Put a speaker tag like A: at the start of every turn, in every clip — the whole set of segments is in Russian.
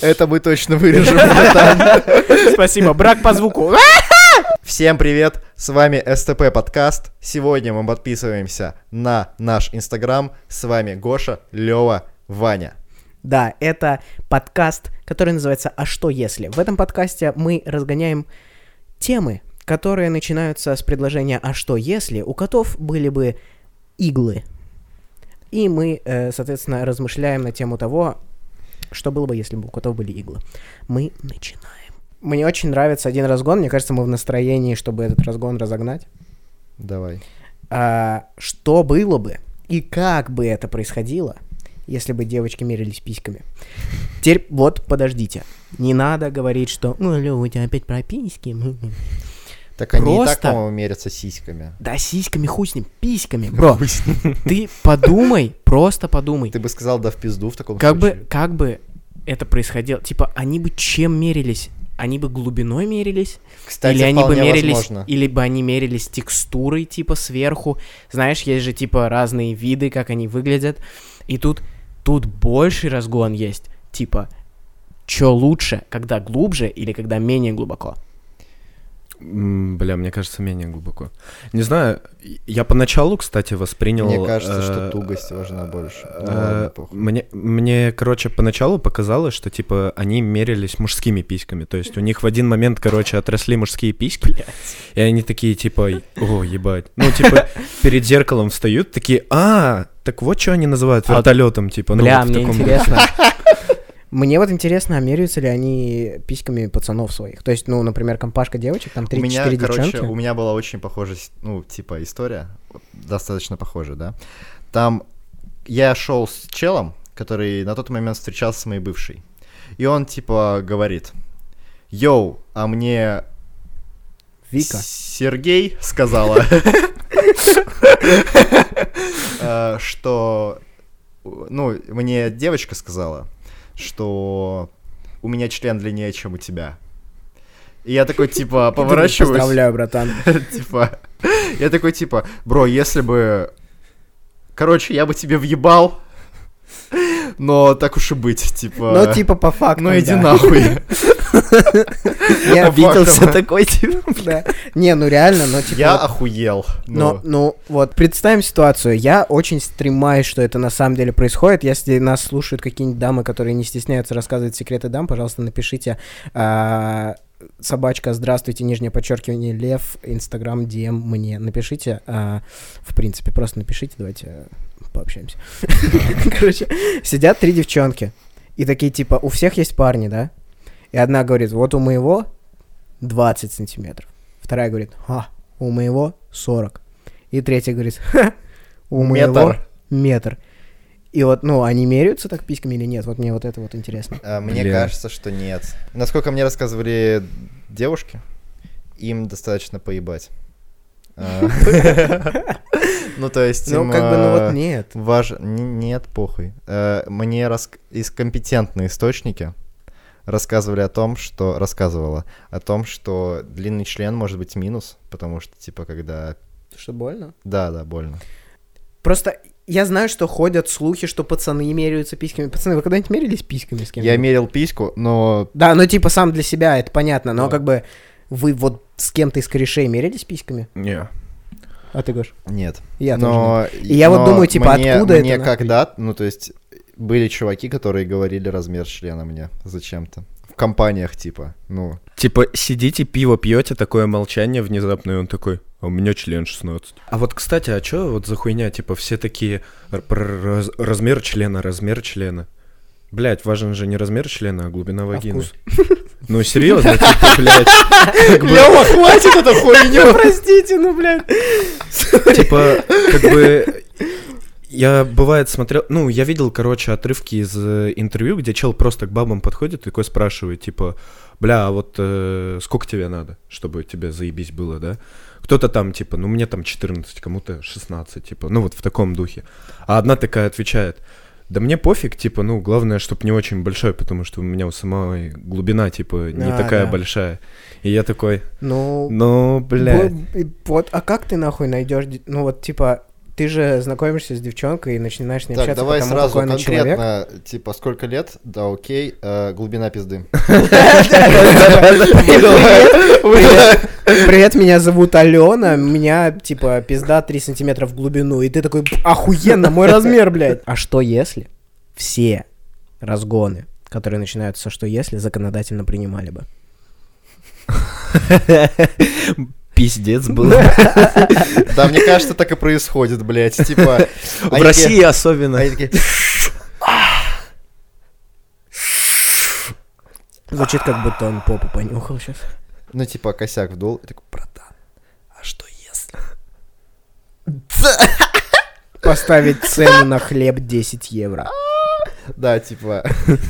A: Это мы точно вырежем, братан.
B: Спасибо. Брак по звуку. А!
A: Всем привет, с вами СТП подкаст. Сегодня мы подписываемся на наш инстаграм. С вами Гоша, Лева, Ваня.
B: Да, это подкаст, который называется «А что если?». В этом подкасте мы разгоняем темы, которые начинаются с предложения «А что если?», у котов были бы иглы. И мы, э, соответственно, размышляем на тему того, что было бы, если бы у котов были иглы. Мы начинаем. Мне очень нравится один разгон. Мне кажется, мы в настроении, чтобы этот разгон разогнать.
A: Давай.
B: А, что было бы и как бы это происходило, если бы девочки мерились письками. Теперь вот, подождите. Не надо говорить, что «Ну, Лёва, у тебя опять про письки».
A: Так они и так,
B: Просто-
A: по-моему, мерятся сиськами.
B: Да сиськами хуй с ним, письками, бро. Ты подумай, просто подумай.
A: Ты бы сказал, да в пизду в таком
B: Как бы,
A: случае.
B: как бы это происходило? Типа, они бы чем мерились? Они бы глубиной мерились?
A: Кстати,
B: или они бы
A: вполне
B: мерились,
A: возможно.
B: или бы они мерились текстурой, типа сверху. Знаешь, есть же типа разные виды, как они выглядят. И тут, тут больший разгон есть. Типа, чё лучше, когда глубже или когда менее глубоко?
C: М, Бля, мне кажется, менее глубоко. Не знаю, я поначалу, кстати, воспринял...
B: Ну,
A: Мне кажется,
C: э,
A: что тугость важна больше.
C: э,
A: Ну ладно, похуй.
C: Мне, мне, короче, поначалу показалось, что, типа, они мерились мужскими письками. То есть у них в один момент, короче, отросли мужские письки, и они такие, типа, о, ебать. Ну, типа, перед зеркалом встают, такие, а, так вот что они называют
B: А,
C: вертолетом, типа. ну,
B: Бля,
C: вот в
B: мне
C: таком духе.
B: интересно. Мне вот интересно, а меряются ли они письками пацанов своих? То есть, ну, например, компашка девочек, там 3-4
A: У меня, короче,
B: девчонки.
A: у меня была очень похожая, с- ну, типа, история. Достаточно похожая, да. Там я шел с челом, который на тот момент встречался с моей бывшей. И он, типа, говорит, «Йоу, а мне
B: Вика.
A: Сергей сказала, э, что... Ну, мне девочка сказала, что у меня член длиннее, чем у тебя. И я такой, типа, поворачиваюсь,
B: Поздравляю, братан.
A: типа, я такой, типа, бро, если бы... Короче, я бы тебе въебал, но так уж и быть, типа...
B: Ну, типа, по факту,
A: Ну, иди
B: да.
A: нахуй.
B: Я
A: По факту.
B: обиделся такой, типа, да. Не, ну реально, но типа...
A: Я
B: вот-
A: охуел.
B: Но,
A: ну.
B: ну, вот, представим ситуацию. Я очень стремаюсь, что это на самом деле происходит. Если нас слушают какие-нибудь дамы, которые не стесняются рассказывать секреты дам, пожалуйста, напишите а, собачка, здравствуйте, нижнее подчеркивание, лев, инстаграм, DM мне. Напишите, а, в принципе, просто напишите, давайте э, пообщаемся. Короче, сидят три девчонки. И такие, типа, у всех есть парни, да? И одна говорит, вот у моего 20 сантиметров. Вторая говорит, а, у моего 40. И третья говорит, «Ха, у моего
A: Метр.
B: метр. И вот, ну, они меряются так письками или нет? Вот мне вот это вот интересно.
A: А, Мне
C: Бля.
A: кажется, что нет. Насколько мне рассказывали девушки, им достаточно поебать. А. Ну, то есть,
B: Ну,
A: им,
B: как бы, ну
A: а,
B: вот нет.
A: важ- Н- Нет, похуй. Э, Мне рас- из компетентные источники рассказывали о том, что... Рассказывала о том, что длинный член может быть минус, потому что, типа, когда...
B: Что, больно?
A: Да-да, больно.
B: Просто я знаю, что ходят слухи, что пацаны меряются письками. Пацаны, вы когда-нибудь мерились письками с кем
A: Я мерил письку, но...
B: Да, ну типа сам для себя, это понятно, но
A: Да.
B: как бы вы вот с кем-то из корешей мерились письками?
C: Не.
B: А ты, Гош?
A: Нет.
B: Я тоже.
A: но,
B: И я вот
A: но
B: думаю, типа,
A: мне-
B: откуда это
A: мне
B: нахуй?
A: когда, ну, то есть, были чуваки, которые говорили размер члена мне зачем-то. В компаниях, типа, ну.
C: Типа, сидите, пиво пьете, такое молчание внезапное, и он такой, а у меня член 16. А вот, кстати, а чё вот за хуйня, типа, все такие р- про раз- размер члена, размер члена. Блять, важен же не размер члена, а глубина вагины.
B: вкус?
C: Ну, серьезно, типа, блядь. как бы-
A: Лёва, хватит эту хуйню!
B: Простите, ну, блядь.
C: Типа, как бы... Я, бывает, смотрел... Ну, я видел, короче, отрывки из э, интервью, где чел просто к бабам подходит и такой спрашивает, типа, бля, а вот э, сколько тебе надо, чтобы тебе заебись было, да? Кто-то там, типа, ну, мне там 14, кому-то 16, типа, ну, вот в таком духе. А одна такая отвечает, да мне пофиг, типа, ну, главное, чтобы не очень большой, потому что у меня у самой глубина, типа, не
B: А,
C: такая
B: да.
C: большая. И я такой,
B: Ну,
C: ну, блядь.
B: бо- и вот, а как ты нахуй найдешь, ну вот типа, ты же знакомишься с девчонкой и начинаешь с ней
A: Так,
B: общаться,
A: давай
B: потому
A: сразу
B: какой она человек.
A: конкретно, типа, сколько лет, да окей, э, глубина пизды.
B: Привет, меня зовут Алена, меня, типа, пизда 3 сантиметра в глубину, и ты такой, «Б, охуенно, мой размер, блядь. А что если все разгоны, которые начинаются со «что если», законодательно принимали бы?
C: Пиздец было.
A: Да, мне кажется, так и происходит, блядь, типа...
C: В
B: А
A: они
C: России
A: такие-
C: особенно.
A: они такие,
B: Звучит, как будто он попу понюхал сейчас.
A: Ну, типа, косяк вдул, и такой, братан,
C: А что если?
B: Поставить цену на хлеб 10 евро.
A: Да, типа,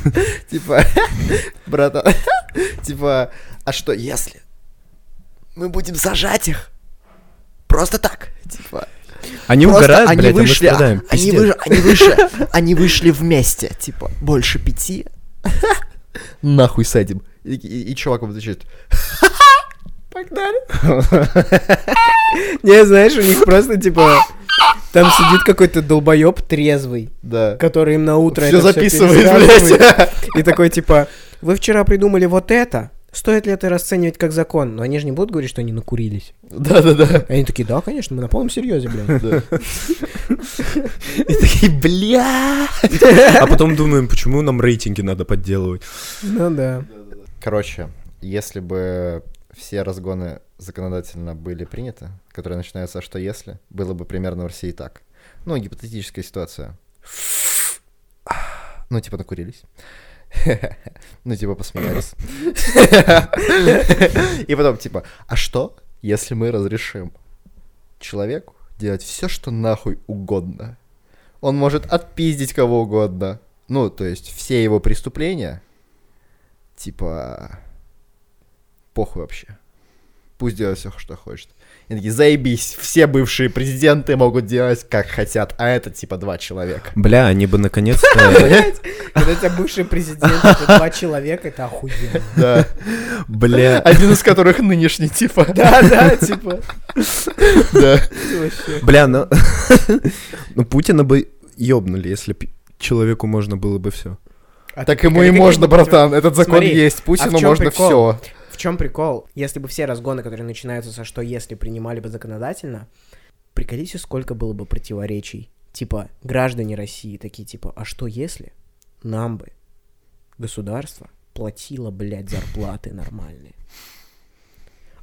A: типа, братан, типа, а что если мы будем зажать их? Просто так, типа.
C: Они
A: просто
C: угорают,
A: они
C: блядь, а мы
A: вышли, а-
C: страдаем.
A: они,
C: Пиздец.
A: выш- они выше, они вышли вместе, типа, больше пяти. Нахуй садим. И, и- и чувак вам отвечает,
B: Погнали. Не, знаешь, у них просто, типа, там сидит какой-то долбоеб трезвый,
A: да.
B: который им на утро
A: Все
B: это всё
A: записывает,
B: пересказывает.
A: блядь.
B: И такой, типа, вы вчера придумали вот это, стоит ли это расценивать как закон? Но они же не будут говорить, что они накурились.
A: Да-да-да.
B: Они такие, да, конечно, мы на полном серьезе, блядь.
A: Да.
C: И такие, бля. А потом думаем, почему нам рейтинги надо подделывать.
B: Ну да.
A: Короче, если бы все разгоны законодательно были приняты, которые начинаются «а что если», было бы примерно в России так. Ну, гипотетическая ситуация. Ну, типа, накурились. Ну, типа, посмеялись. И потом, типа, а что, если мы разрешим человеку делать все, что нахуй угодно? Он может отпиздить кого угодно. Ну, то есть, все его преступления, типа, похуй вообще. Пусть делает все, что хочет. И такие, заебись, все бывшие президенты могут делать, как хотят, а это, типа, два человека.
C: Бля, они бы наконец-то...
B: Блядь, Когда у тебя бывший президент, это два человека, это охуенно.
A: Да.
C: Бля,
A: Один из которых нынешний, типа.
B: Да, да, типа,
A: Да.
B: вообще.
C: бля, ну... Ну, Путина бы ёбнули, если б человеку можно было бы все.
B: А
A: А Так ему и
B: Какие
A: можно,
B: против-
A: братан. Этот закон
B: Смотри,
A: есть.
B: а в
A: Путину
B: чём
A: можно
B: прикол?
A: все.
B: В чем прикол? Если бы все разгоны, которые начинаются со «что если» принимали бы законодательно, приколите, сколько было бы противоречий. Типа, граждане России такие, типа, а что если нам бы государство платило, блядь, зарплаты нормальные?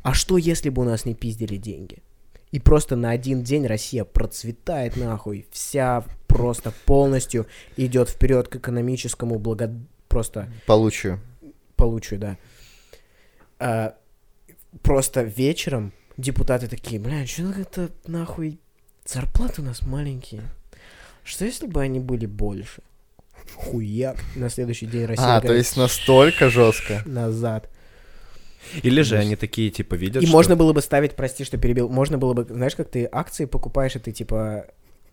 B: А что если бы у нас не пиздили деньги? И просто на один день Россия процветает нахуй, вся просто полностью идет вперед к экономическому благо... просто
A: Получу.
B: получу, да. А, просто вечером депутаты такие, бля, что это нахуй зарплаты у нас маленькие. Что если бы они были больше? Хуяк. На следующий день Россия
A: А, то
B: такая,
A: есть настолько жестко.
B: назад.
C: Или же они такие, типа, видят,
B: И
C: что-
B: можно было бы ставить, прости, что перебил, можно было бы, знаешь, как ты акции покупаешь, и ты типа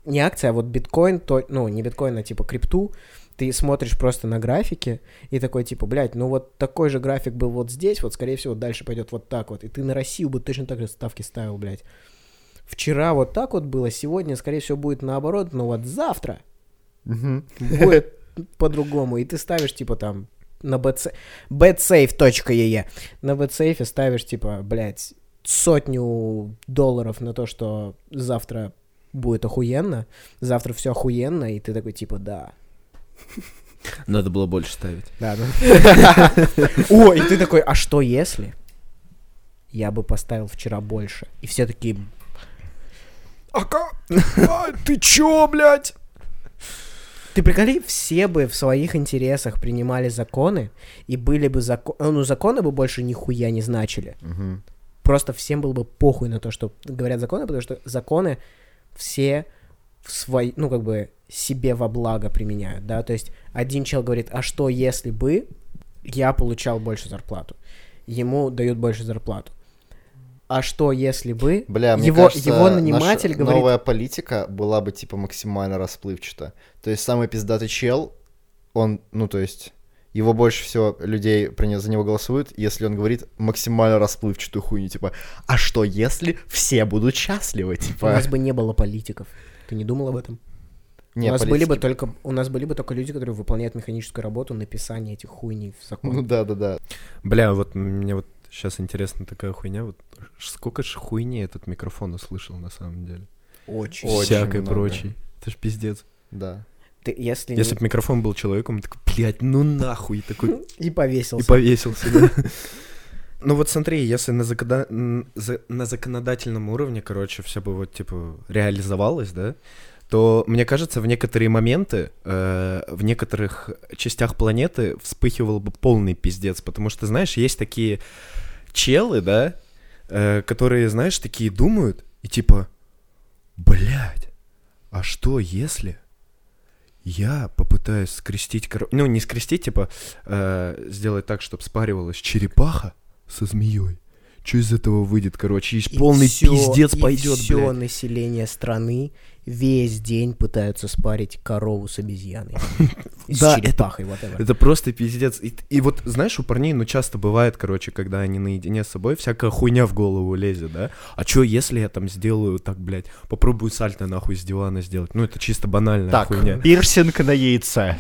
B: не акция, а вот биткоин, то, ну, не биткоин, а типа крипту, ты смотришь просто на графики и такой типа, блядь, ну вот такой же график был вот здесь, вот, скорее всего, дальше пойдет вот так вот. И ты на Россию бы точно так же ставки ставил, блядь. Вчера вот так вот было, сегодня, скорее всего, будет наоборот, но вот завтра
A: Мгм.
B: будет по-другому. И ты ставишь, типа, там, на BC... betsafe.ee. На betsafe ставишь, типа, блядь, сотню долларов на то, что завтра будет охуенно, завтра все охуенно, и ты такой, типа, да.
C: Надо было больше ставить.
B: Да, да. О, и ты такой, а что если? Я бы поставил вчера больше. И все такие,
C: А как? Ты чё, блядь?
B: Ты приколи, все бы в своих интересах принимали законы, и были бы законы... Ну, законы бы больше нихуя не значили.
A: Мгм.
B: Просто всем было бы похуй на то, что говорят законы, потому что законы все в свои... Ну, как бы себе во благо применяют, да? То есть один чел говорит, а что если бы я получал больше зарплату? Ему дают больше зарплату. А что если бы...
A: Бля, мне
B: его,
A: кажется,
B: его
A: наша
B: наниматель говорит...
A: новая политика была бы, типа, максимально расплывчата. То есть самый пиздатый чел, он, ну, то есть, его больше всего людей про него, за него голосуют, если он говорит максимально расплывчатую хуйню, типа, а что если все будут счастливы,
B: У
A: типа,
B: нас бы не было политиков. Ты не думал об этом?
A: Не,
B: у нас были бы
A: политики.
B: только у нас были бы только люди, которые выполняют механическую работу написание этих хуйней в
A: Ну
B: закон.
A: да, да, да.
C: Бля, вот мне вот сейчас интересна такая хуйня. Вот ш- сколько ж хуйни этот микрофон услышал на самом деле.
B: Очень.
A: Очень
C: Всякой
A: много.
C: прочей. Это ж пиздец.
A: Да.
B: Ты, если,
C: Если бы микрофон был человеком, такой, блядь, ну нахуй, и такой
B: не... и повесился.
C: И повесился, да. Ну вот смотри, если на, законода- н- за- на законодательном уровне, короче, все бы вот, типа, реализовалось, да, то, мне кажется, в некоторые моменты, э, в некоторых частях планеты вспыхивал бы полный пиздец, потому что, знаешь, есть такие челы, да, э, которые, знаешь, такие думают, и типа, блядь, а что если я попытаюсь скрестить, коро- ну, не скрестить, типа, э, сделать так, чтобы спаривалась черепаха со змеей. Что из этого выйдет, короче? И
B: И
C: полный
B: всё,
C: пиздец
B: и
C: пойдет,
B: всё
C: блядь.
B: население страны весь день пытаются спарить корову с обезьяной. И С
C: Да, это-
B: черепахой, whatever.
C: Это просто пиздец. И, и вот, знаешь, у парней, ну, часто бывает, короче, когда они наедине с собой, всякая хуйня в голову лезет, да? А чё, если я там сделаю так, блядь, попробую сальто нахуй с дивана сделать? Ну, это чисто банальная
A: Так,
C: хуйня.
A: пирсинг на яйце.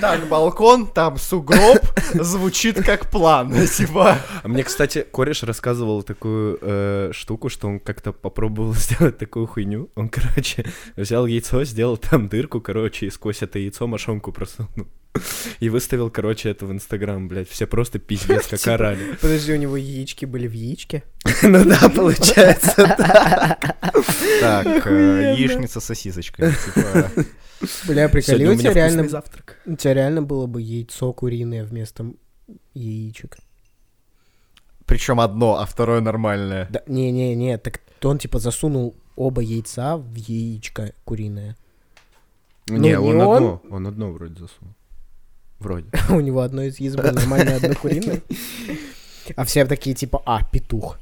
A: Так, балкон, там сугроб, звучит как план, типа.
C: А мне, кстати, кореш рассказывал такую э, штуку, что он как-то попробовал сделать такую хуйню. Он, короче, взял яйцо, сделал там дырку, короче, и сквозь это яйцо мошонку просунул. И выставил, короче, это в Инстаграм, блядь. Все просто пиздец, как
B: Типа.
C: орали.
B: Подожди, у него яички были в яичке?
C: Ну да, получается.
A: Так,
B: Охуенно.
A: э, яичница с сосисочкой, типа.
B: Бля, приколи, у тебя реально...
C: завтрак.
B: У тебя реально было бы яйцо куриное вместо яичек.
A: Причем одно, а второе нормальное.
B: Да, не-не-не, так он типа засунул оба яйца в яичко куриное. Ну,
C: Не,
B: не
C: он
B: он.
C: одно, он одно вроде засунул. Вроде.
B: У него одно из яиц было нормально, одно куриное. А все такие типа, а, петух.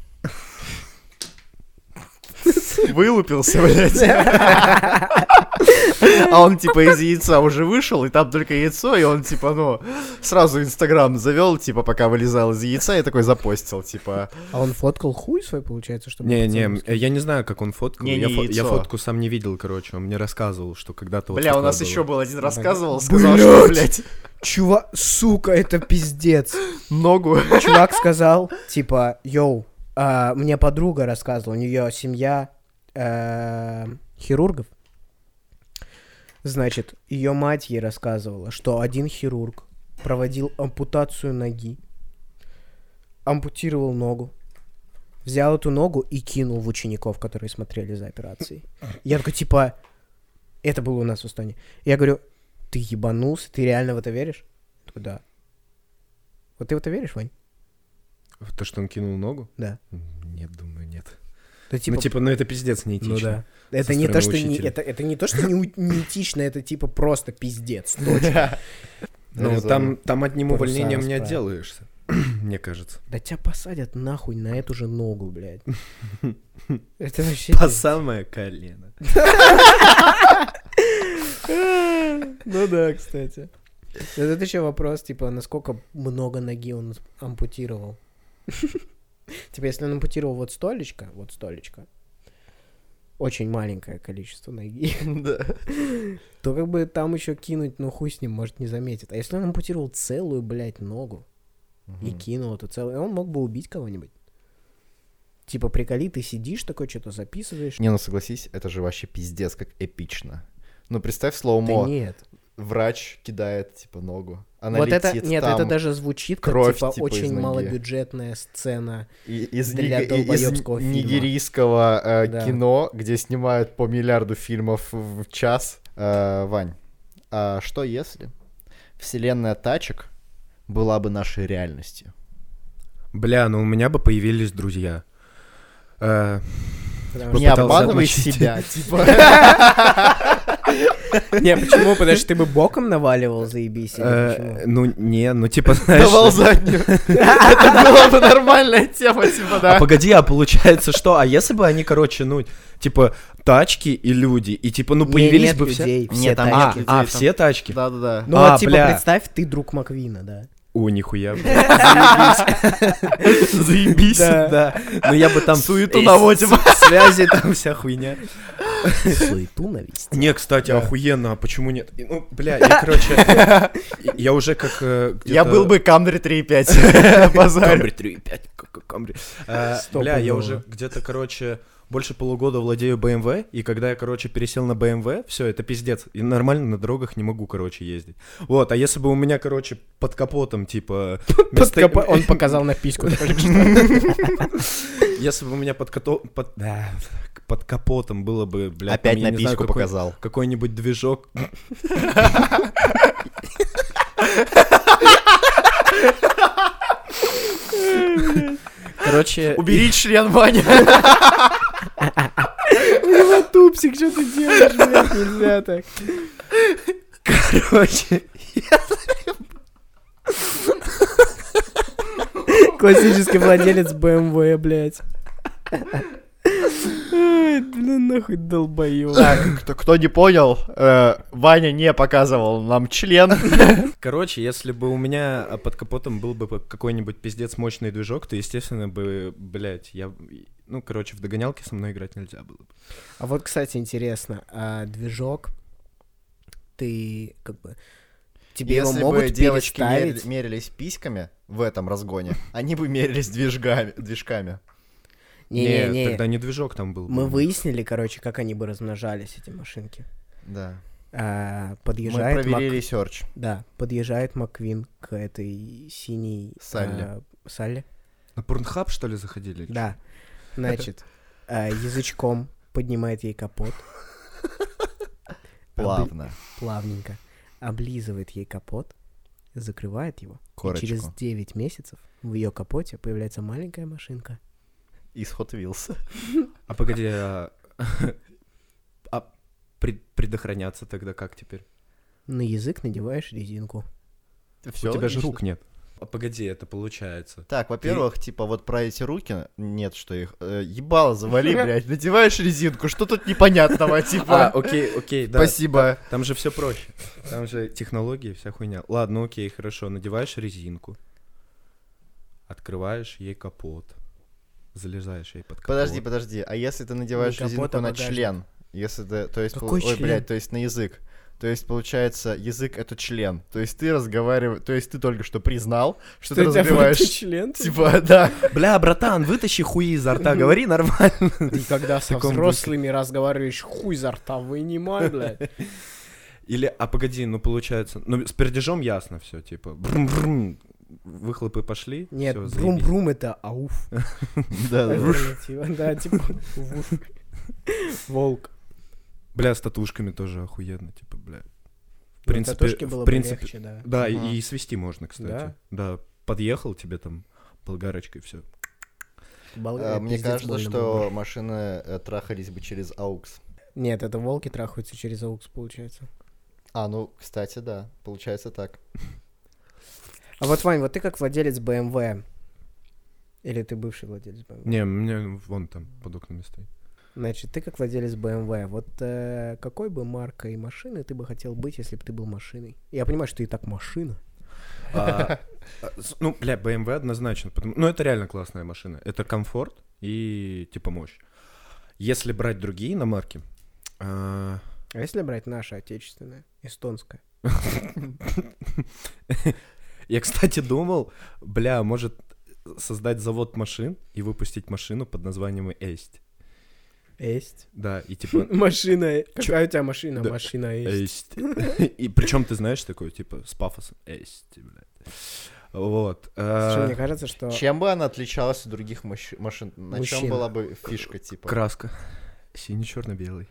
A: Вылупился, блядь. А он типа из яйца уже вышел, и там только яйцо, и он типа, ну, сразу Инстаграм завел, типа, пока вылезал из яйца, и такой запостил, типа.
B: А он фоткал хуй свой, получается, чтобы...
C: Не,
B: пацанам
C: не,
B: скинуть?
C: м, я не знаю, как он фоткал.
A: Не,
C: я,
A: не
C: фо- я
A: яйцо.
C: фотку сам не видел, короче. Он мне рассказывал, что когда-то вот
A: Бля, у
C: такое
A: нас
C: было.
A: еще был один рассказывал,
B: Блядь.
A: сказал, что, блядь,
B: Чувак, сука, это пиздец.
A: ногу.
B: Чувак сказал, типа, йоу, а, мне подруга рассказывала, у нее семья э, хирургов. Значит, ее мать ей рассказывала, что один хирург проводил ампутацию ноги, ампутировал ногу, взял эту ногу и кинул в учеников, которые смотрели за операцией. Я такой, типа, это было у нас в Эстонии. Я говорю, ты ебанулся, ты реально в это веришь? Он такой, да. Вот ты в это веришь, Вань?
C: В То, что он кинул ногу?
B: Да.
C: Нет, думаю, нет.
B: Да,
C: ну, типа, ну это пиздец неэтично.
B: ну да. Это
C: Со
B: не, то, что
C: стороны
B: не,
C: учителя.
B: это, это не то, что не, у- неэтично, это типа просто пиздец. точно.
C: Ну,
A: Резонно.
C: там, там одним
B: Паруса
C: увольнением не
B: расправил.
C: отделаешься, мне кажется.
B: Да тебя посадят нахуй на эту же ногу, блядь. Это вообще...
C: По самое колено.
B: Ну да, кстати. Это еще вопрос, типа, насколько много ноги он ампутировал. Типа, если он ампутировал вот столечко, вот столечко, очень маленькое количество ноги,
A: Да.
B: то как бы там еще кинуть, ну хуй с ним, может, не заметит. А если он ампутировал целую, блядь, ногу и кинул эту целую, он мог бы убить кого-нибудь. Типа, приколи, ты сидишь такой, что-то записываешь.
A: Не, ну согласись, это же вообще пиздец, как эпично. Ну, представь
B: Да
A: слоумо,
B: нет.
A: врач кидает, типа, ногу. Она
B: вот это,
A: летит
B: нет,
A: там,
B: это даже звучит как,
A: кровь,
B: типа,
A: типа, из
B: очень
A: ноги.
B: малобюджетная сцена.
A: и- из,
B: для
A: ниге- и- из
B: долбоёбского фильма.
A: нигерийского э,
B: Да.
A: кино, где снимают по миллиарду фильмов в час. Э, Вань, а что если вселенная тачек была бы нашей реальностью?
C: Бля, ну у меня бы появились друзья. Э,
B: Потому
A: Не
B: что-
C: Попытался
A: обманывай
C: отмочить.
A: себя, типа.
B: Не, почему? Потому что ты бы боком наваливал, заебись. или почему?
C: э, Ну, не, ну типа, знаешь...
A: Давал заднюю. Это была бы нормальная тема, типа,
C: А
A: да.
C: погоди, а получается что? А если бы они, короче, ну, типа, тачки и люди, и типа, ну,
B: Не,
C: появились
B: нет
C: бы все...
B: людей, все
A: Нет, там
B: тачки.
C: А,
A: Нет людей
C: а,
A: там.
C: все тачки?
A: Да-да-да.
B: Ну
C: А,
B: вот, типа,
C: бля.
B: представь, ты друг Маквина, да?
C: О, нихуя, блядь, заебись. Заебись,
B: Да.
C: да. Но я бы там...
A: Суету
C: Э,
A: наводим.
C: с- Связи там вся хуйня.
B: Суету навести.
C: Не, кстати,
B: Да.
C: охуенно, а почему нет? И, Ну, бля, я, короче, я уже как э, где-то-
A: Я был бы Камри 3.5. Базарю.
C: Камбри 3.5, как- как Камбри. Э,
B: Стопудово.
C: Бля, я уже где-то, короче, больше полугода владею BMW, и когда я, короче, пересел на BMW, все, это пиздец. И нормально на дорогах не могу, короче, ездить. Вот, а если бы у меня, короче, под капотом, типа... вместо-
B: Подкопа- Он показал на письку. только что.
C: Если бы у меня под като- под- да, под капотом было бы, бля...
A: Опять
C: там,
A: на
C: я не знаю,
A: письку
C: какой-
A: показал.
C: Какой-нибудь движок. Короче,
A: Убери член, Ваня.
B: У него тупсик, что ты делаешь, блядь, нельзя так.
C: короче,
B: Классический владелец BMW, блядь. Ай, Ну нахуй долбоёб.
A: Так, кто- кто не понял, э, Ваня не показывал нам член.
C: Короче, если бы у меня а, под капотом был бы какой-нибудь пиздец мощный движок, то, естественно, бы, блядь, я... Ну, короче, в догонялке со мной играть нельзя было. бы.
B: А вот, кстати, интересно, а движок, ты как бы... Тебе его
A: Если бы
B: могут
A: девочки
B: переставить?
A: мерили- мерились письками в этом разгоне, они бы мерились движгами- движками.
C: Не,
B: Не-не-не,
C: Тогда не движок там был. бы.
B: мы выяснили, короче, как они бы размножались, эти машинки.
A: Да.
B: А,
A: Мы
B: Подъезжает Мак-
A: проверили ресерч.
B: Да, подъезжает Маквин к этой синей...
A: Салли.
B: а, Салли,
C: На Порнхаб, что ли, заходили?
B: да. Значит, а, язычком поднимает ей капот. Обли-
A: Плавно.
B: Плавненько. Облизывает ей капот, закрывает его. И через
A: Корочку.
B: 9 месяцев в ее капоте появляется маленькая машинка.
A: Исход Вилса.
C: А погоди, а... а пред- предохраняться тогда как теперь?
B: На язык надеваешь резинку.
A: Всё
C: У тебя же
A: логично.
C: рук нет. А погоди, это получается.
A: Так, во-первых, типа вот про эти руки, нет, что их, э, ебало завали, блядь, надеваешь резинку, что тут непонятного,
C: А,
A: типа,
C: окей, окей, да.
A: спасибо.
C: Там же все проще. Там же технологии, вся хуйня. Ладно, окей, хорошо. Надеваешь резинку, открываешь ей капот, залезаешь ей под капот.
A: Подожди, подожди, а если ты надеваешь
B: капот,
A: резинку
B: а
A: на
B: багажник.
A: член, если ты, то есть, пол-
B: Какой
A: ой,
B: член?
A: блядь, то есть на язык, то есть получается язык это член, то есть ты разговариваешь, то есть ты только что признал, что ты разбиваешь,
B: член?
A: типа, да,
C: Бля, братан, вытащи хуи изо рта, говори нормально.
B: И когда со
C: таком
B: взрослыми разговариваешь, хуй изо рта вынимай, блядь.
C: Или, а погоди, ну получается, ну с пердежом ясно все, типа, брум-брум, выхлопы пошли,
B: Нет,
C: всё, заебись.
B: брум-брум это ауф.
A: да, да, да.
B: Альтернатива, Да, типа вуф. волк.
C: Бля, с татушками тоже охуенно, типа, бля. В
B: На татушке Ну,
C: в
B: было бы
C: принципе-
B: легче, да.
C: Да, и-
A: Ага.
C: и, свести можно, кстати.
B: Да?
C: Да, подъехал тебе там болгарочкой все.
B: Болгар-
A: А, Мне
B: пиздец,
A: кажется,
B: больно
A: что
B: было.
A: машины э, трахались бы через AUX.
B: Нет, это волки трахаются через аукс, получается.
A: А, ну, кстати, да, получается так.
B: А вот, Вань, вот ты как владелец BMW. Или ты бывший владелец BMW?
C: Не, у меня вон там под окнами стоит.
B: Значит, ты как владелец BMW, вот э, какой бы маркой машины ты бы хотел быть, если бы ты был машиной? Я понимаю, что ты и так машина.
C: А, а, с- Ну, бля, BMW однозначно. потому- Ну, это реально классная машина. Это комфорт и типа мощь. Если брать другие иномарки, а,
B: А если брать наша отечественная, эстонская?
C: я, кстати, думал, бля, может создать завод машин и выпустить машину под названием Эсть.
B: Есть.
C: Да, и типа
B: Машина. Какая у тебя машина?
C: Да.
B: Машина есть.
C: Эсть. И причем ты знаешь такой, типа, с пафосом. Эсть, блядь. Вот.
B: Слушай,
C: а,
B: Мне кажется, что...
A: Чем бы она отличалась от других мощ- машин? На чем
B: Мужчин.
A: была бы фишка, типа?
C: Краска. Синий-черно-белый.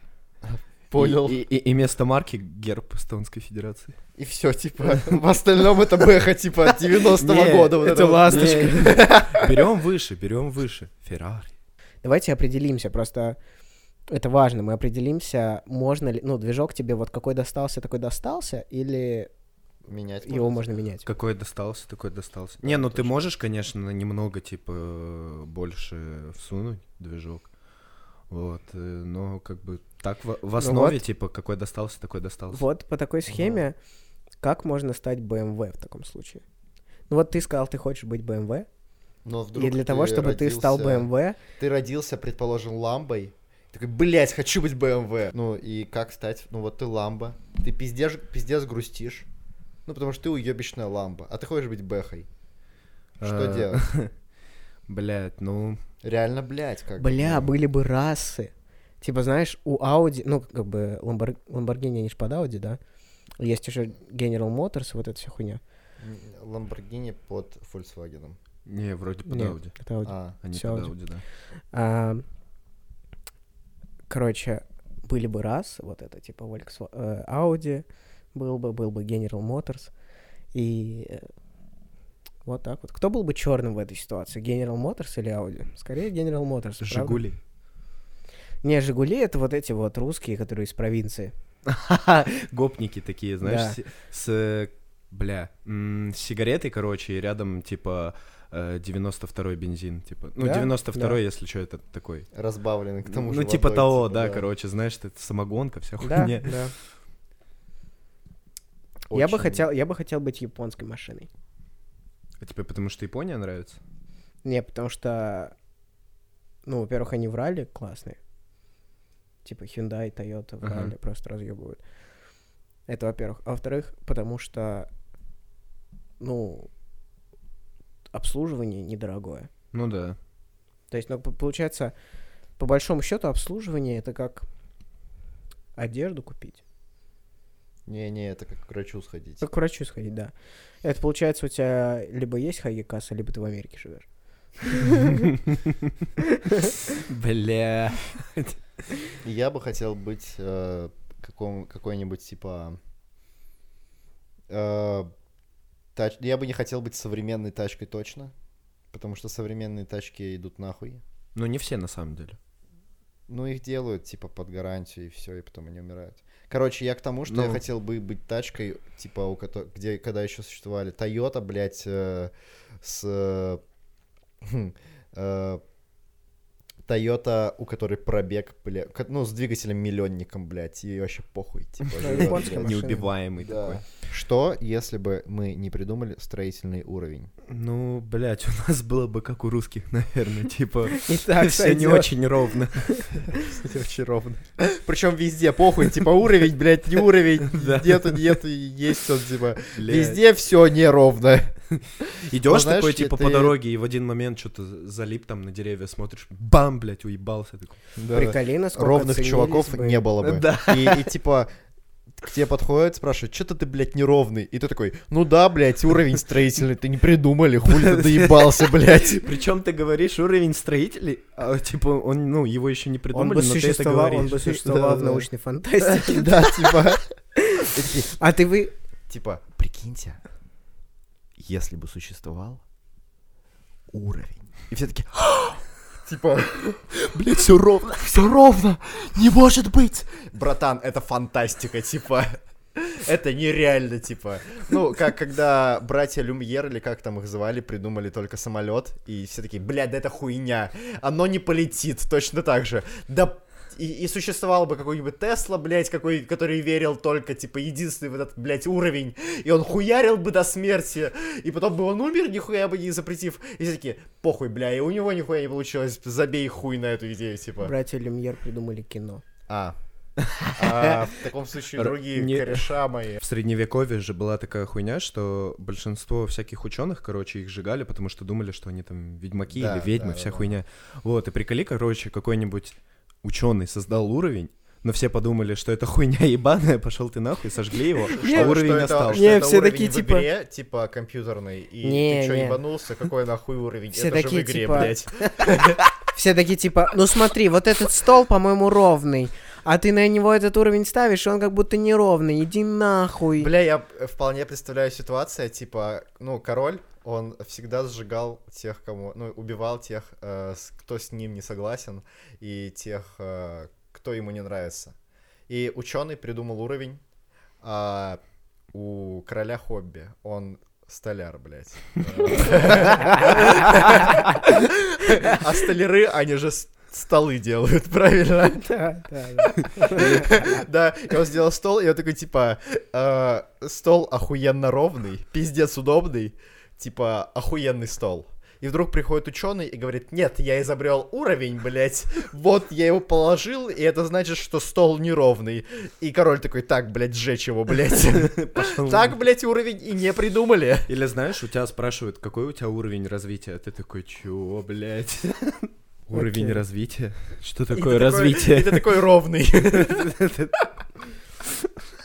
A: Понял.
C: И,
A: И,
C: и- и вместо марки герб Эстонской Федерации.
A: все, типа. В остальном это бэха, типа, от 90-го
C: Не,
A: года. вот
B: это
A: вот.
B: ласточка.
C: Э, Берем выше, берем выше. Феррари.
B: Давайте определимся, просто это важно, мы определимся, можно ли... Ну, движок тебе вот какой достался, такой достался, или
A: Менять
B: его можно менять?
C: Какой достался, такой достался. Не, ну ты можешь, конечно, немного, типа, больше всунуть движок. Вот, э, но как бы так в, в
A: Ну
C: основе, типа, какой достался, такой достался.
B: эм Вот по такой схеме, как можно стать BMW в таком случае? Ну вот ты сказал, ты хочешь быть BMW,
A: Но вдруг
B: и для того, чтобы ты стал эм
A: родился-
B: BMW,
A: Ты родился, предположим, ламбой. Такой, блядь, хочу быть BMW. Ну и как стать? Ну вот ты ламба. Ты пиздец, пиздец грустишь. Ну потому что ты уебищная ламба. А ты хочешь быть бэхой. Что
C: А,
A: делать?
C: Блять, ну...
A: Реально, блядь, как бы,
B: бля,
A: ну.
B: были бы расы. Типа, знаешь, у Audi, ну, как бы, Ламбор- Lamborghini, они же под Audi, да? Есть еще General Motors, вот эта вся хуйня.
A: М, Ламборгини под Volkswagen.
C: Не, вроде под
B: Не,
C: Ауди.
B: это Audi.
A: А,
C: Они
B: всё
C: под
B: Audi.
C: Ауди, да.
B: А, короче, были бы раз, вот это типа Volkswa- э, Audi, был бы, был бы General Motors, и э, вот так вот. Кто был бы черным в этой ситуации, General Motors или Audi? Скорее General Motors. правда?
C: Жигули.
B: Не, Жигули это вот эти вот русские, которые из провинции.
C: Гопники такие,
B: Да.
C: знаешь, си- с, э, бля, м, с сигаретой, короче, и рядом, типа, э, 92-й бензин, типа. Ну,
B: Да,
C: 92-й, если что, это такой.
A: разбавленный к тому же
C: Ну, типа
A: водой,
C: того,
A: типа,
C: да, короче, знаешь, это самогонка, вся
B: Да,
C: хуйня.
B: да. Я бы
A: Очень.
B: хотел, я бы хотел быть японской машиной.
C: А тебе потому что Япония нравится?
B: Не, потому что, ну, во-первых, они врали классные. Типа Hyundai, Toyota
C: Ага.
B: врали, просто разъебывают. Это, во-первых. А во-вторых, потому что, ну, обслуживание недорогое.
C: Ну да.
B: То есть, ну, п- получается, по большому счету, обслуживание это как одежду купить.
A: Не-не, это как к врачу сходить.
B: Как к врачу сходить, да. Это получается, у тебя либо есть хаги-касса, либо ты в Америке живешь.
C: Бля.
A: И Я бы хотел быть э, каком, какой-нибудь типа... э, тач- Я бы не хотел быть современной тачкой точно, потому что современные тачки идут нахуй.
C: Ну, не все на самом деле.
A: Ну, их делают, типа, под гарантию, и все, и потом они умирают. Короче, я к тому, что я
C: Ну.
A: хотел бы быть тачкой, типа, у кото- где, когда еще существовали Toyota, блядь, э, с... э, хм, э, Toyota, у которой пробег, бля, ко- ну, с двигателем-миллионником, блядь, и вообще похуй, типа.
B: Да,
A: живёт,
B: японская
A: блядь.
B: машина.
C: Неубиваемый
A: Да.
C: такой.
A: Что, если бы мы не придумали строительный уровень?
C: Ну, блядь, у нас было бы как у русских, наверное, типа...
B: И так
C: Все не
B: сойдёт.
C: очень ровно. Все очень ровно.
A: Причем везде, похуй, типа уровень, блядь, не уровень,
C: Да.
A: нету, нету, и есть он, типа,
C: Блядь.
A: везде все неровно. Ну,
C: Идешь
A: знаешь,
C: такой,
A: я-
C: типа,
A: ты-
C: по дороге, и в один момент что-то залип там на деревья, смотришь, бам, блядь, уебался. такой.
B: Приколи, насколько
A: ровных
B: ценились
A: чуваков
B: бы.
A: не было бы.
C: Да.
A: И, и, типа к тебе подходят, спрашивают, что-то ты, блядь, неровный. И ты такой, ну да, блядь, уровень строительный, ты не придумали, хули ты доебался, блядь.
C: Причем ты говоришь уровень строителей, а, типа, он, ну, его еще не
B: Он
C: придумали,
B: бы
C: но ты это
B: существовал,
C: говоришь.
B: он бы существовал в
C: Да-да-да.
B: научной фантастике.
A: Да, типа. И такие,
B: А ты вы...
A: Типа, прикиньте, если бы существовал уровень. И все таки типа,
C: Блядь, все ровно.
A: все ровно, не может быть. Братан, это фантастика, типа. Это нереально, типа. Ну, как когда братья Люмьер, или как там их звали, придумали только самолет, и все такие, блядь, да это хуйня, оно не полетит, точно так же. Да и, и существовал бы какой-нибудь Тесла, блядь, какой, который верил только, типа, единственный в этот, блядь, уровень, и он хуярил бы до смерти, и потом бы он умер, нихуя бы не запретив, и все такие, похуй, бля, и у него нихуя не получилось, забей хуй на эту идею, типа.
B: Братья Люмьер придумали кино.
A: А. А, в таком случае
C: Р-
A: другие
C: не-
A: кореша мои.
C: В средневековье же была такая хуйня, что большинство всяких ученых, короче, их сжигали, потому что думали, что они там ведьмаки
A: Да,
C: или ведьмы,
A: да, да,
C: вся
A: да.
C: хуйня. Вот, и приколи, короче, какой-нибудь ученый создал уровень, но все подумали, что это хуйня ебаная, пошел ты нахуй, сожгли его, а
A: Что-
C: уровень
A: что это-
C: остался.
A: что
B: Не,
A: это
B: все
A: уровень
B: такие,
A: в
B: типа-
A: игре, типа компьютерный, и
B: Не,
A: ты чё,
B: не.
A: ебанулся, какой нахуй уровень?
B: Все
A: это
B: такие,
A: же в игре,
B: типа,
A: блядь.
B: Все такие типа, ну смотри, вот этот стол, по-моему, ровный, а ты на него этот уровень ставишь, и он как будто неровный, иди нахуй.
A: Бля, я э, вполне представляю ситуацию, типа, ну, король, он всегда сжигал тех, кому, ну, убивал тех, э, с- кто с ним не согласен, и тех, э, кто ему не нравится. И ученый придумал уровень, а у короля хобби он столяр, блядь. А столяры, они же с- столы делают, правильно?
B: Да, да, да.
A: Да, и он сделал стол, и он такой, типа, э, стол охуенно ровный, пиздец удобный, типа, охуенный стол. И вдруг приходит ученый и говорит, нет, я изобрел уровень, блядь, вот я его положил, и это значит, что стол неровный. И король такой, так, блядь, сжечь его, блядь. Так, блядь, уровень и не придумали.
C: Или знаешь, у тебя спрашивают, какой у тебя уровень развития, а ты такой, чё, блядь? Уровень
B: Окей.
C: развития? Что
A: И ты
C: такое
A: такой- И
C: развитие?
A: ты такой ровный.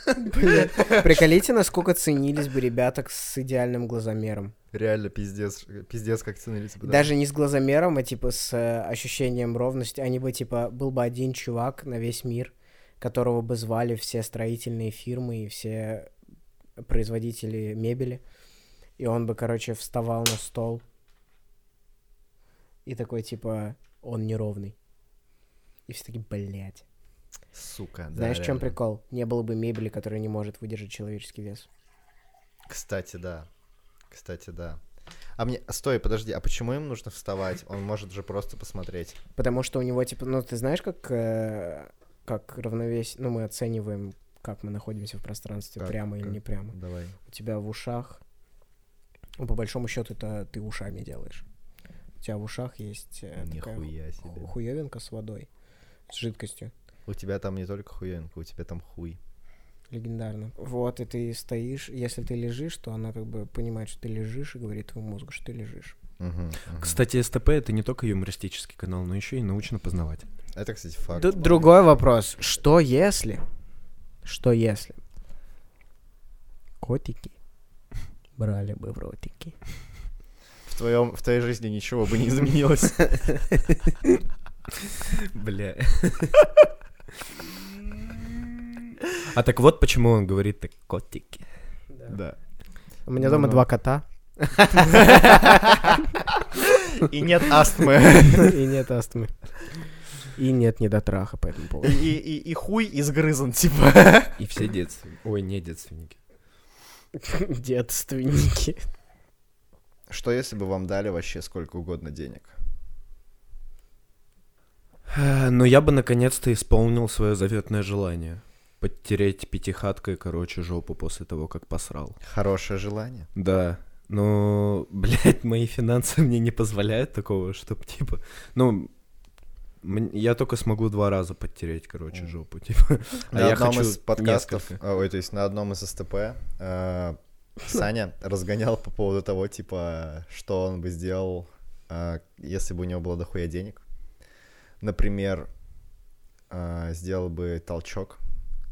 B: Блин. Приколите, насколько ценились бы ребята к- с идеальным глазомером.
A: Реально пиздец, пиздец, как ценились бы. да.
B: Даже не с глазомером, а типа с э, ощущением ровности. Они бы, типа, был бы один чувак на весь мир, которого бы звали все строительные фирмы и все производители мебели. И он бы, короче, вставал на стол. И такой, типа, он неровный. И все таки блядь.
A: Сука, да.
B: Знаешь, в чем
A: реально.
B: прикол? Не было бы мебели, которая не может выдержать человеческий вес.
A: Кстати, да. Кстати, да. А мне... Стой, подожди, а почему им нужно вставать? Он может же просто посмотреть.
B: Потому что у него, типа, ну, ты знаешь, как, э, как равновесие... Ну, мы оцениваем, как мы находимся в пространстве,
A: Как,
B: прямо или
A: как?
B: не прямо.
A: Давай.
B: У тебя в ушах... Ну, по большому счету, это ты ушами делаешь. У тебя в ушах есть э, такая
A: Нихуя себе.
B: ху- хуёвинка с водой, с жидкостью.
A: У тебя там не только хуенка, у тебя там хуй.
B: Легендарно. Вот, и ты стоишь, если ты лежишь, то она как бы понимает, что ты лежишь, и говорит твоему мозгу, что ты лежишь.
A: Мгм, мгм.
C: Кстати, СТП — это не только юмористический канал, но еще и научно-познаватель.
A: Это, кстати, факт.
B: Тут другой вопрос. Что если? Что если? Котики брали бы в ротики.
A: В, твоем, в твоей жизни ничего бы не изменилось.
C: Бля. А так вот почему он говорит так котики.
A: Да.
B: У меня дома
C: Ну.
B: два кота.
A: И нет астмы.
B: И нет астмы. И нет недотраха по этому
A: И,
B: поводу.
A: и, и хуй изгрызан, типа.
C: И все детственники. Ой, не детственники.
B: Детственники.
A: Что если бы вам дали вообще сколько угодно денег?
C: Но я бы наконец-то исполнил свое заветное желание. Подтереть пятихаткой, короче, жопу после того, как посрал.
A: Хорошее желание.
C: Да. Но, блядь, мои финансы мне не позволяют такого, чтоб, типа... Ну, м- я только смогу два раза подтереть, короче,
A: Мгм.
C: жопу, типа.
A: На
C: я
A: одном
C: хочу
A: из подкастов,
C: несколько.
A: а, ой, то есть на одном из СТП э, Саня разгонял по поводу того, типа, что он бы сделал, э, если бы у него было дохуя денег. Например, э, сделал бы толчок,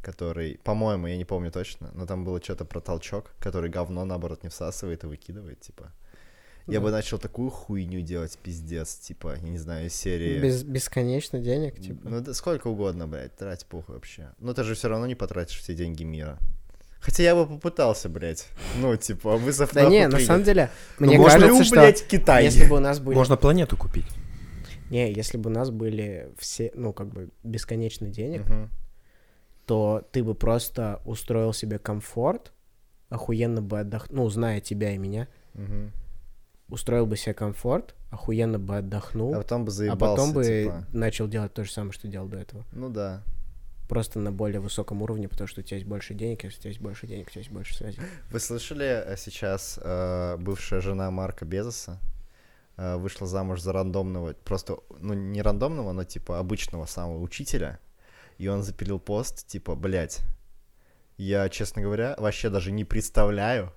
A: который, по-моему, я не помню точно, но там было что-то про толчок, который говно, наоборот, не всасывает и выкидывает, типа. Я бы начал такую хуйню делать, пиздец, типа, я не знаю, из серии...
B: Без, бесконечно денег, типа.
A: Ну, да сколько угодно, блядь, трать похуй вообще. Но ты же все равно не потратишь все деньги мира. Хотя я бы попытался, блядь. Ну, типа, вызов
B: Да не, на самом деле, мне
A: Ну, можно
B: кажется,
A: ли,
B: что
A: блядь, Китай?
B: если бы у нас были...
C: Можно планету купить.
B: Не, если бы у нас были все, ну, как бы, бесконечно денег,
A: Мгм.
B: то ты бы просто устроил себе комфорт, охуенно бы отдохнул, ну, зная тебя и меня,
A: Мгм.
B: устроил бы себе комфорт, охуенно бы
A: А
B: отдохнул,
A: потом бы
B: а,
A: заебался,
B: потом бы
A: типа.
B: начал делать то же самое, что делал до этого.
A: Ну да.
B: Просто на более высоком уровне, потому что у тебя есть больше денег, а если у тебя есть больше денег, у тебя есть больше связи.
A: Вы слышали э, сейчас э, бывшая жена Марка Безоса э, вышла замуж за рандомного, просто, ну не рандомного, но типа обычного самого учителя, и он запилил пост, типа, блядь, я, честно говоря, вообще даже не представляю,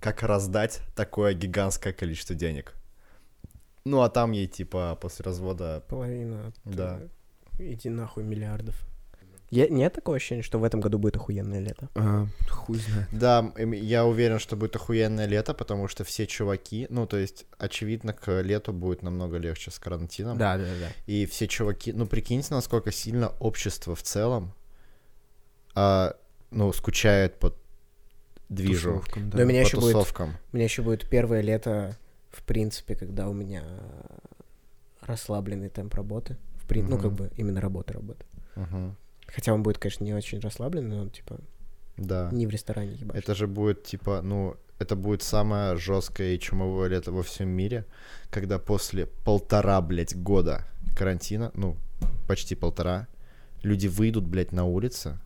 A: как раздать такое гигантское количество денег. Ну а там ей, типа, после развода...
B: Половина от...
A: Да.
B: э, Иди нахуй миллиардов. Я, нет такого ощущения, что в этом году будет охуенное лето?
C: А, хуй знает.
A: Да, м, я уверен, что будет охуенное лето, потому что все чуваки, ну то есть, очевидно, к лету будет намного легче с карантином.
B: да, да.
A: И все чуваки, ну прикиньте, насколько сильно общество в целом, а, ну, скучает по движу,
C: Тусовкам, да.
B: Да, у меня
A: по
B: еще будет
A: тусовкам.
B: У меня еще будет первое лето, в принципе, когда у меня расслабленный темп работы. В прин- Ну, как
A: Мгм.
B: бы именно работа работа.
A: Мгм.
B: Хотя он будет, конечно, не очень расслабленный, но он, типа,
A: Да.
B: не в ресторане ебать.
A: Это же будет, типа, ну, это будет самое жесткое и чумовое лето во всем мире, когда после полтора, блядь, года карантина, ну, почти полтора, люди выйдут, блядь, на улицы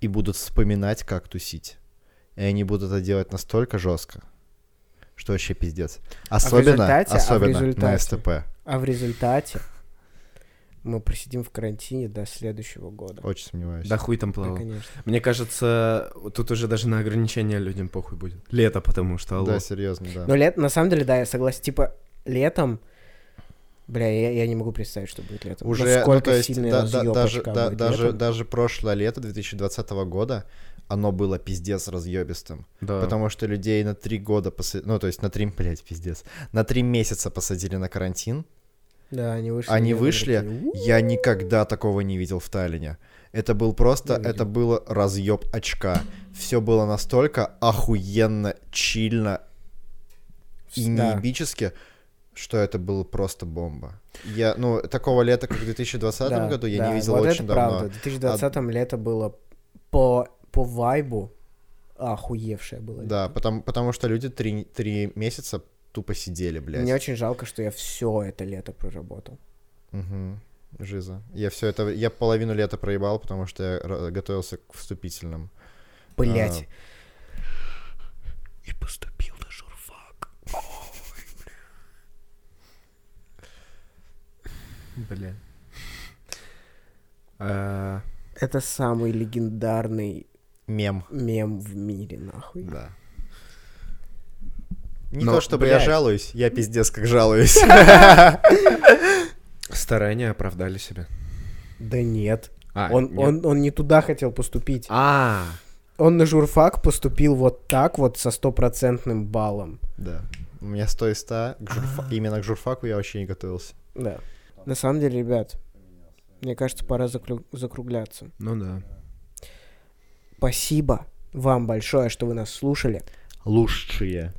A: и будут вспоминать, как тусить. И они будут это делать настолько жестко, что вообще пиздец. Особенно,
B: результате- а в
A: особенно на
B: результате?
A: СТП.
B: А в результате мы просидим в карантине до следующего года.
A: Очень сомневаюсь.
C: Да хуй там
B: Да,
C: плавал.
B: конечно.
C: Мне кажется, вот тут уже даже на ограничения людям похуй будет. Лето, потому что, алло.
A: Да, серьезно, да.
B: Но лет, на самом деле, да, я согласен. Типа, летом... Бля, я, я не могу представить, что будет летом.
A: Уже, ну,
B: Насколько
A: то есть,
B: сильная
A: да- да-
B: разъёбочка
A: даже, да-
B: будет
A: даже,
B: летом.
A: даже прошлое лето 2020 года, оно было пиздец разъебистым.
C: Да.
A: Потому что людей на три года посадили, ну, то есть на три, блядь, пиздец, на три месяца посадили на карантин.
B: Да, они вышли.
A: Они
B: летом
A: вышли,
B: такие, «У,
A: Я никогда такого не видел в Таллине. Это был просто,
B: Не видел.
A: это было разъеб очка. Все было настолько охуенно, чильно и
B: да».
A: неебически, что это было просто бомба. Я, ну, такого лета, как в 2020
B: Да,
A: году, я
B: да,
A: не видел
B: вот
A: очень
B: это
A: давно. А
B: правда. В 2020 лето было по, по вайбу охуевшее было.
A: Да,
B: лето.
A: потому, потому что люди три, три месяца тупо сидели, блядь.
B: Мне очень жалко, что я все это лето проработал.
A: Мгм. Жиза. Я все это, я половину лета проебал, потому что я ра- готовился к вступительным.
B: Блять.
C: И поступил на журфак. Бля. А,
B: Это самый легендарный
A: Мем.
B: мем в мире, нахуй.
A: Да. Не
C: Но,
A: то чтобы
C: блядь.
A: я жалуюсь, я пиздец как жалуюсь.
C: Старания оправдали себя.
B: Да нет.
C: А,
B: он,
C: нет.
B: он, он не туда хотел поступить.
C: А,
B: Он на журфак поступил вот так вот со стопроцентным баллом.
A: Да. У меня 100 из 100. к журфа- Именно к журфаку я вообще не готовился.
B: Да. На самом деле, ребят, мне кажется, пора заклю- закругляться.
C: ну да.
B: Спасибо вам большое, что вы нас слушали.
A: Лучшие.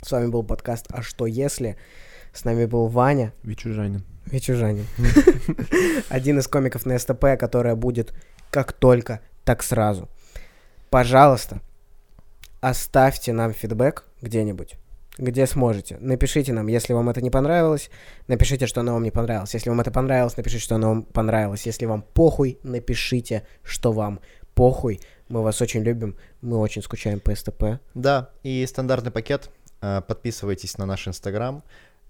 B: С вами был подкаст «А что если?». С нами был Ваня
C: Вечужанин.
B: Вечужанин. Один из комиков на СТП, которая будет как только, так сразу. Пожалуйста, оставьте нам фидбэк где-нибудь где сможете. Напишите нам, если вам это не понравилось, напишите, что оно вам не понравилось. Если вам это понравилось, напишите, что оно вам понравилось. Если вам похуй, напишите, что вам похуй. Мы вас очень любим, мы очень скучаем по СТП.
A: Да, и стандартный пакет. А, Подписывайтесь на наш инстаграм,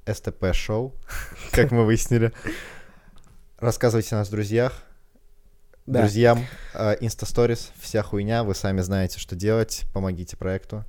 A: СТП Шоу, как мы выяснили. Рассказывайте о нас в друзьях, э,
B: Да.
A: друзьям, а, инстасторис, вся хуйня, вы сами знаете, что делать, помогите проекту.